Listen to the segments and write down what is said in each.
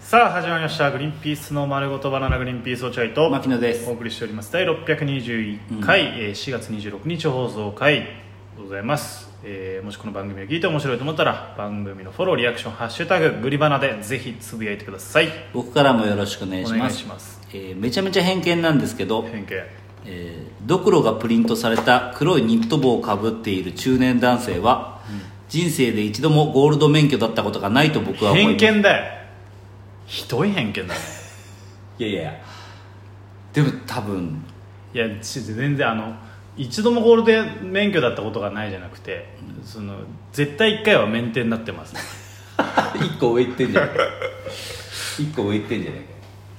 さあ始まりました「グリーンピースの丸ごとバナナグリーンピースお茶い」と牧野ですお送りしております第621回、えー4月26日放送回でございます、えーもしこの番組を聞いて面白いと思ったら番組のフォローリアクション「ハッシュタググリバナ」でぜひつぶやいてください僕からもよろしくお願いおし願まいすしますえーめちゃめちゃ偏見なんですけど、偏見えードクロがプリントされた黒いニット帽をかぶっている中年男性は、人生で一度もゴールド免許だったことがないと僕は思い偏ます見だよひどい偏見だねいやいやでも多分 いやち全然あの一度もゴールデン免許だったことがないじゃなくて、その絶対1回は免停になってます1個上いってんじゃない1個上いってんじゃないか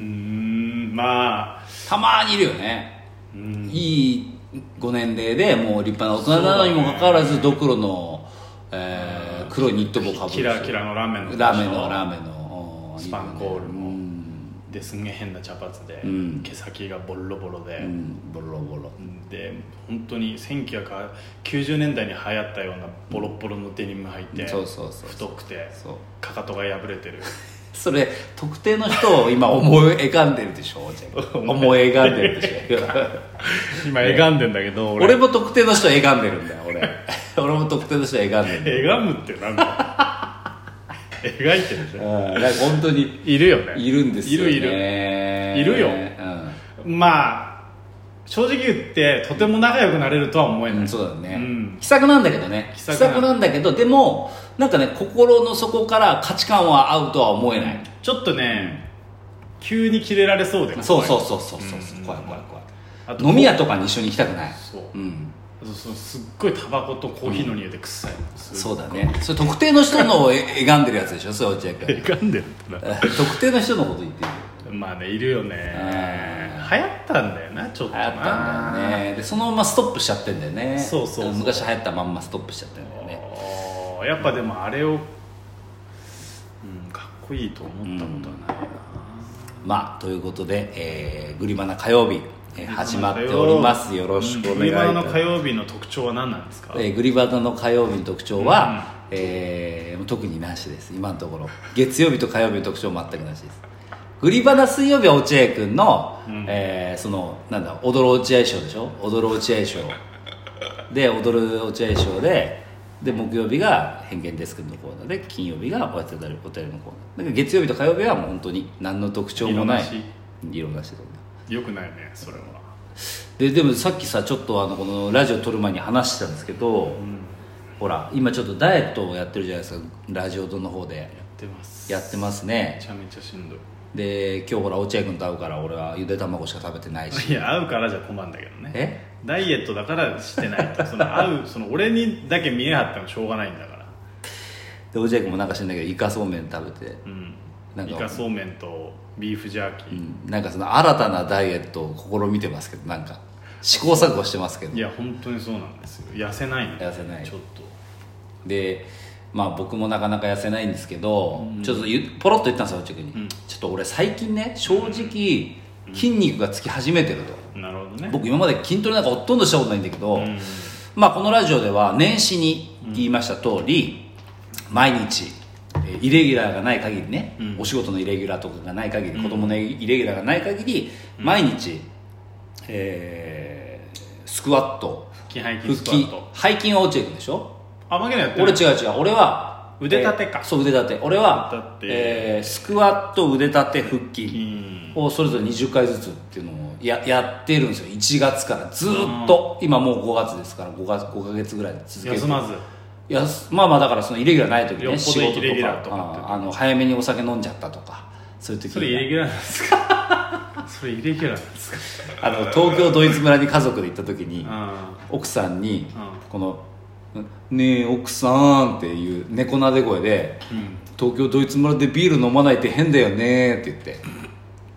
うーんまあたまにいるよね、いいご年齢でもう立派な大人なのにもかかわらずドクロの、えー黒いニット帽をかぶるキラキラのラーメンのラーメンのラーメンのスパンコールもうんですんげえ変な茶髪で、うん毛先がボロボロで、うんボロボロで本当に1990年代に流行ったようなボロボロのデニム履いて、そうそうそう太くてそうかかとが破れ てるそれ特定の人を今思い描んでるでしょ落合君思い描んで るでしょ今歪んでんだけ ど俺も特定の人を描んでるんだよ俺俺も特定の人を描んでる んだよ歪むってなんだ描いてるじゃんうんなんか本当にいるよねいるんですよねいるいるいいるようまあ正直言ってとても仲良くなれるとは思えん、ない、そうだね、うん気さくなんだけどね気気ささくなくなんだけどでもなんかね心の底から価値観は合うとは思えない、ちょっとね、急にキレられそうでそうそううそうそうそう、うん怖い怖いあ怖とい飲み屋とかに一緒に行きたくないそううんあとそのすっごいタバコとコーヒーの匂いで臭い、そうだねそれ特定の人のをえ描んでるやつでしょそれ 落合君歪んでるってな特定の人のこと言ってるまあねいるよね流行ったんだよなちょっと流な行ったんだよねでそのままストップしちゃってんだよねそうそうそう昔流行ったまんまストップしちゃってんだよねあーやっぱでもあれを、うん、かっこいいと思ったことはないな、まあということで、えーグリバナ火曜日、えー始まっておりますよろしくお願いいたうしんまのす火曜日の特徴は何なんですかえーグリバナの火曜日の特徴は、えー特になしです今のところ月曜日と火曜日の特徴全くなしですグリバナ水曜日は落合君の、えーそのなんだ踊る落合賞でしょ踊る落合賞で踊る落合賞でで木曜日が偏見ですけどのコーナーで金曜日がおやつだるお便りのコーナーだから月曜日と火曜日はもう本当に何の特徴もない色色なしでございますよくないねそれはででもさっきさちょっとあのこのラジオ撮る前に話してたんですけど、ほら今ちょっとダイエットをやってるじゃないですかラジオドの方でやってますやってまますめねちゃめちゃしんどいで今日ほら落合君と会うから俺はゆで卵しか食べてないしい や会うからじゃ困るんだけどねえダイエットだからしてないとその会 うその俺にだけ見え張ってもしょうがないんだからで落合君もなんか知んだけどイカそうめん食べて、うんなんイかカそうめんとビーフジャーキうー、ん、なんかその新たなダイエットを試みてますけどなんか試行錯誤してますけどいや本当にそうなんですよ痩せないの痩せないちょっとでまあ僕もなかなか痩せないんですけど、ちょっとゆポロッと言ったんですよ落合君に、うんちょっと俺最近ね正直、筋肉がつき始めてると、なるほどね僕今まで筋トレなんかほとんどしたことないんだけど、うんまあこのラジオでは年始に言いました通り、毎日えーイレギュラーがない限りね、うんお仕事のイレギュラーとかがない限り、子供のイレギュラーがない限り、毎日、えースクワット腹筋背筋腹スクワ筋ット背筋は落合君でしょあ負けないやってる俺違う違う俺は腕立てかえーそう腕立て腕俺は立、てえースクワット腕立て腹筋うんをそれぞれ20回ずつっていうのをややってるんですよ1月からずーっと、今もう5月ですから5月5ヶ月ぐらい続けて休まずやすまあまあだからそのイレギュラーない時よっぽねど仕事イレギュラーととかかってあーあの早めにお酒飲んじゃったとかそういう時それイレギュラーなんですかそれイレギュラーなんですかあの東京ドイツ村に家族で行った時にあ奥さんにうこの「ねえ奥さん」っていう猫なで声でーうん「東京ドイツ村でビール飲まないって変だよね」って言って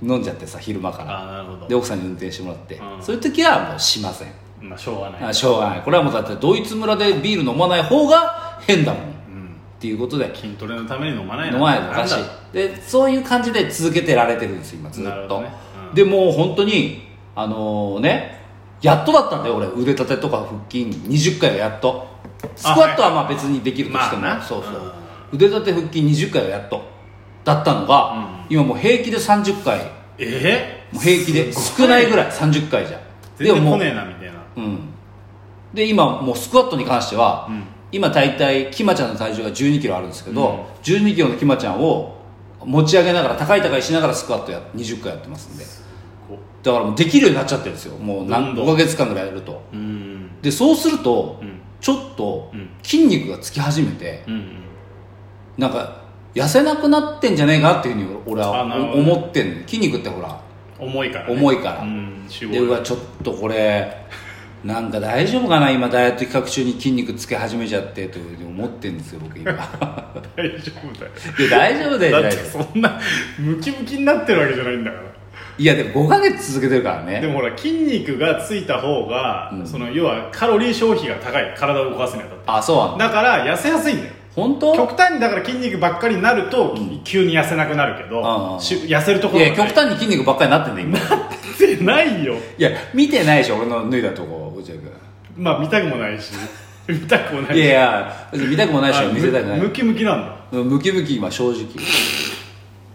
飲んじゃってさ昼間かあらーなるほどで奥さんに運転してもらってうんそういう時はもうしませんまあしょうがないあしょうがないこれはもうだってドイツ村でビール飲まない方が変だもんっうんていうことで筋トレのために飲まない飲まないのおなかんしだいでそういう感じで続けてられてるんです今ずっなるほと、どねうんでもう本当にあのねやっとだったんだよ俺腕立てとか腹筋20回はやっとスクワットはまあ別にできるとしても、まあなそうそううん、腕立て腹筋20回はやっとだったのが、う今もう平気で30回えもう平気ですご少ないぐらい30回じゃん全然も来うねえなみたいなうんで今もうスクワットに関しては、うん今大体キマちゃんの体重が1 2キロあるんですけど、うん1 2キロのキマちゃんを持ち上げながら高い高いしながらスクワットや20回やってますんでこだからもうできるようになっちゃってるんですよもうど何んど5んヶ月間ぐらいやるとううんでそうすると、うんちょっとうん筋肉がつき始めて、うんうんなんか痩せなくなってんじゃねえかっていうふうに俺はあなるほど思ってんの筋肉ってほら重いから、ね、重いからうん集合でうわちょっとこれなんか大丈夫かな今ダイエット企画中に筋肉つけ始めちゃってというふうに思ってんですよ 僕今いや大丈夫だよ大丈夫だよだっ大て丈夫そんなムキムキになってるわけじゃないんだからいやでも5ヶ月続けてるからねでもほら筋肉がついた方が、うんその要はカロリー消費が高い体を動かすにあたってあそうなんだだから痩せやすいんだよ本当極端にだから筋肉ばっかりになると、急に痩せなくなるけあどあし痩せるとこいろがや極端に筋肉ばっかりになってんね今端ってないよいや見てないでしょ俺の脱いだとこ落合まあ見たくもない し見たくもない君いやいや見たくもないでしあょ見せたくないムムキムキなんだムキムキ今正直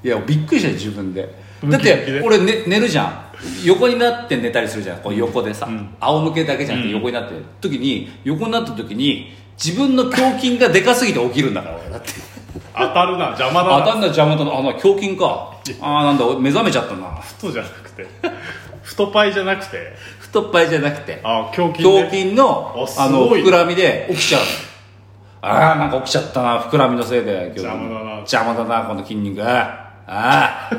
いやびっくりしたよ自分でムキだムっキでて俺、ね、寝るじゃん横になって寝たりするじゃんこう横でさ、仰向けだけじゃなくて横になってる時に横になった時に自分の胸筋がでかすぎて起きるんだから俺だって当たるな邪魔だあなたんだ邪魔だなあな胸筋かああなんだ俺目覚めちゃったな太じゃなくて太パイじゃなくて太っ腹じゃなくてあ胸筋で胸筋のあすあのごい膨らみで起きちゃうああなんか起きちゃったな膨らみのせいで邪魔だな邪魔だなこの筋肉ああ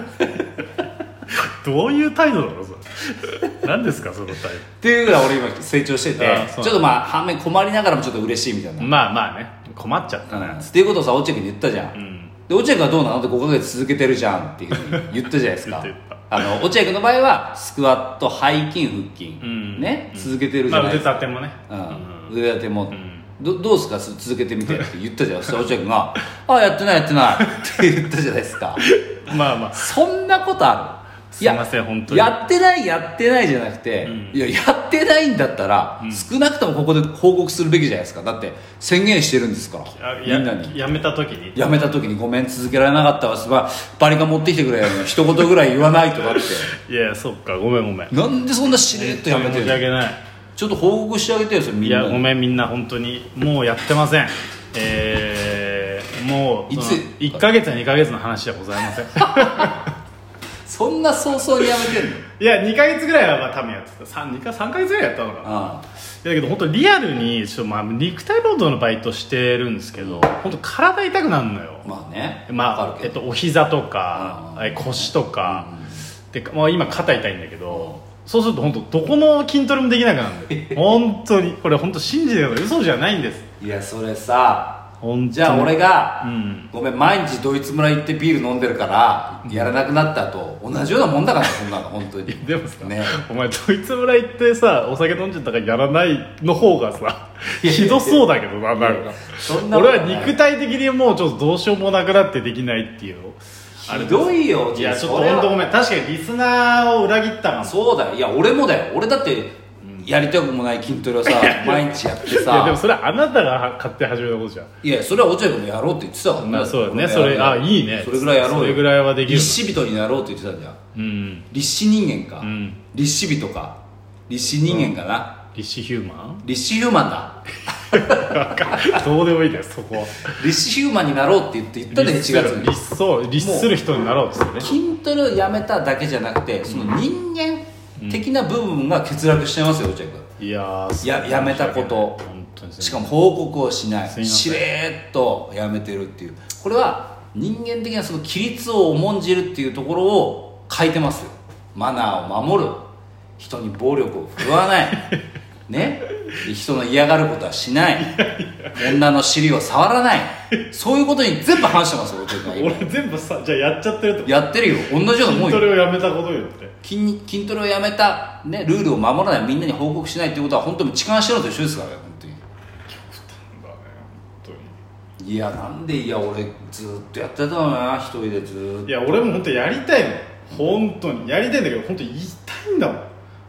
どういう態度だろうそれ何ですかその態っていうぐらい俺今成長しててああそうちょっとまあ反面困りながらもちょっと嬉しいみたいな、度まあまあね困っちゃったうんっていうことをさ落合君に言ったじゃん、で落合君はどうなのって5ヶ月続けてるじゃんっていうふうに言ったじゃないですか言った言あの落合君の場合はスクワット背筋腹筋、んね続けてるじまゃなあいで腕すか、立てもねうん、腕立ても、どどうですかそ続けてみてって言ったじゃんそしたら落合君が「ああやってないやってない」って言ったじゃないですかまあまあそんなことあるすいません本当にやってないやってないじゃなくて、いややってないんだったら、少なくともここで報告するべきじゃないですかだって宣言してるんですからあみやんなにやめた時にやめた時に「ごめん続けられなかったわすばバリカン持ってきてくれ」一言ぐらい言わないとだっ ていやそっかごめんごめんなんでそんなしれっとやめて申しる訳ないちょっと報告してあげてよそれみいんなやにごめんみんな本当にもうやってませんえー、もういつ1か月や2か月の話じゃございませんそんな早々にやめてんのいや2か月ぐらいはまあ多分やってた 3, 2か3か月ぐらいやったのかなあいやだけど本当リアルにちょっとまあ肉体労働のバイトしてるんですけど本当体痛くなるのよあまあねまあわかえるっけど、と、お膝とかうんえ腰とか、でまあ、今肩痛いんだけど、そうすると本当どこの筋トレもできなくなるん で本当にこれ本当信じてください嘘じゃないんですいやそれさ本当にじゃあ俺が、うんごめん毎日ドイツ村行ってビール飲んでるからやらなくなったと同じようなもんだからそんなの本当にでもさ、ねお前ドイツ村行ってさお酒飲んじゃったからやらないの方がさいやいやいやひどそうだけどななんかそんなこと俺ないは肉体的にもうちょっとどうしようもなくなってできないっていうあれひどいよいやちょっとそれは本当ごめん確かにリスナーを裏切ったなそうだよいや俺もだよ俺だってやりたくもない筋トレをさ毎日やっていやでもさそれはあなたが勝手に始めたことじゃんいやそれは落合君もやろうって言ってたからまあそうだね俺それやあるいいねそれぐらいやろうよそれぐらいはできる立志人になろうって言ってたじゃんうん立志人間か、ん立志人か立志人間かな、立志ヒューマ 立志ヒューマンだンどうでもいいですそこは立志ヒューマンになろうって言って言ったね1立月するに立そう立する人になろうっつってね筋トレをやめただけじゃなくてその人間的な部分が欠落してますよ、落合君いやーややめたこと本当にしかも報告をしなすいませいんしれーっとやめてるっていうこれは人間的なその規律を重んじるっていうところを変えてますよマナーを守る人に暴力を振る わないねで人の嫌がることはしない女の尻を触らないそういうことに全部反してますよ落合君は今俺全部さじゃあやっちゃってるってやってるよ同じようなもん筋よトレをやめたことよって筋筋トレをやめた、ね、ルールを守らないみんなに報告しないっていうことは本当に痴漢してるのと一緒ですからね本なんだね本当にいやなんでいや俺ずっとやってたのな一人でず当っにいや俺も本当やりたいもん本当にやりたいんだけど本当に痛いんだもん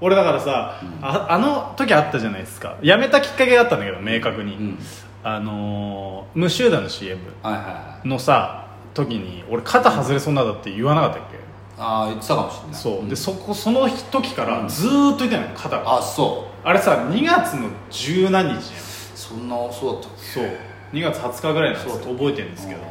俺だからさ、ああの時あったじゃないですかやめたきっかけがあったんだけど明確に、とうんあのー無集団の CM はいはのさ時に俺肩外れそうになったって言わなかったっけああ言ってたかもしれないそう、んでそこその時からずーっと痛いのよ肩が、あそあれさ2月の十何日じゃんうそんなそうだったっそう2月20日ぐらいなんですそう覚えてるんですけけどあ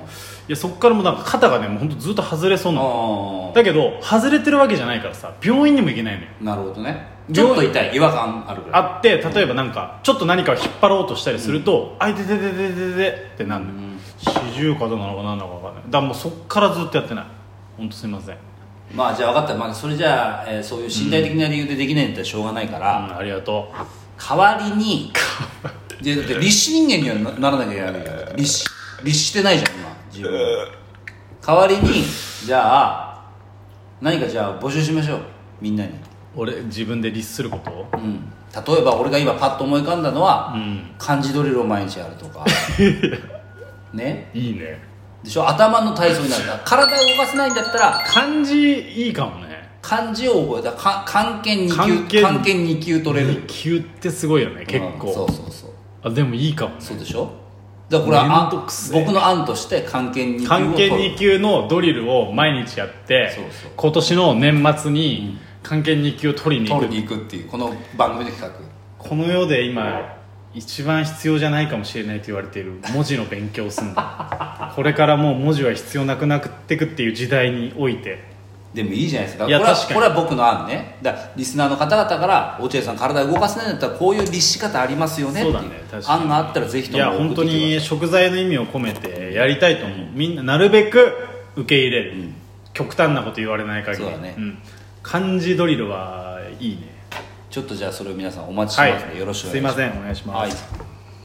いやそっからもうなんか肩がねもうほんとずっと外れそうなのあだけど外れてるわけじゃないからさ病院にも行けないのよなるほどね病院ちょっと痛い違和感あるぐらいあって例えばなんかちょっと何かを引っ張ろうとしたりすると「あいてててててて」ってなるのようん四十肩なのか何なのか分かんないだからもうそっからずっとやってない本当すいませんまあじゃあ分かった、まあ、それじゃあ、えーそういう身体的な理由でできないんだったらしょうがないから、あありがとう代わり にいやだって立志人間にはなならなきゃいけないから立志立志してないじゃん今自分代わりにじゃあ何かじゃあ募集しましょうみんなに俺自分で律することをうん例えば俺が今パッと思い浮かんだのは、うん漢字ドリルを毎日やると かねいいねでしょ頭の体操になる体を動かせないんだったら漢字いいかもね漢字を覚えたか漢検2漢級検漢検2級取れる2級ってすごいよね結うんそ構うそうそうあでもいいかもねそうでしょだからこれはめんあどくせえ僕の案として漢検2級を取関る係2級のドリルを毎日やってそうそう今年の年末に関係2級を取りに行取くりに行くっていうこの番組の企この世で今一番必要じゃないかもしれないと言われている文字の勉強をすんだこれからもう文字は必要なくなってくっていう時代において画でもいいじゃないですかいやこれは確かにこれは僕の案ねだからリスナーの方々から落合さん体動かせないんだったらこういう立し方ありますよねってそういうだね確かに案があったらぜひいともや本当送ってきてくだにさ食材の意味を込めてやりたいと思うみんななるべく受け入れる、うん極端なこと言われない限りそうだねん漢字ドリルはいいねいちょっとじゃあそれを皆さんお待ちしてますので、よろしくおすい願いしまますせんお願いします、はい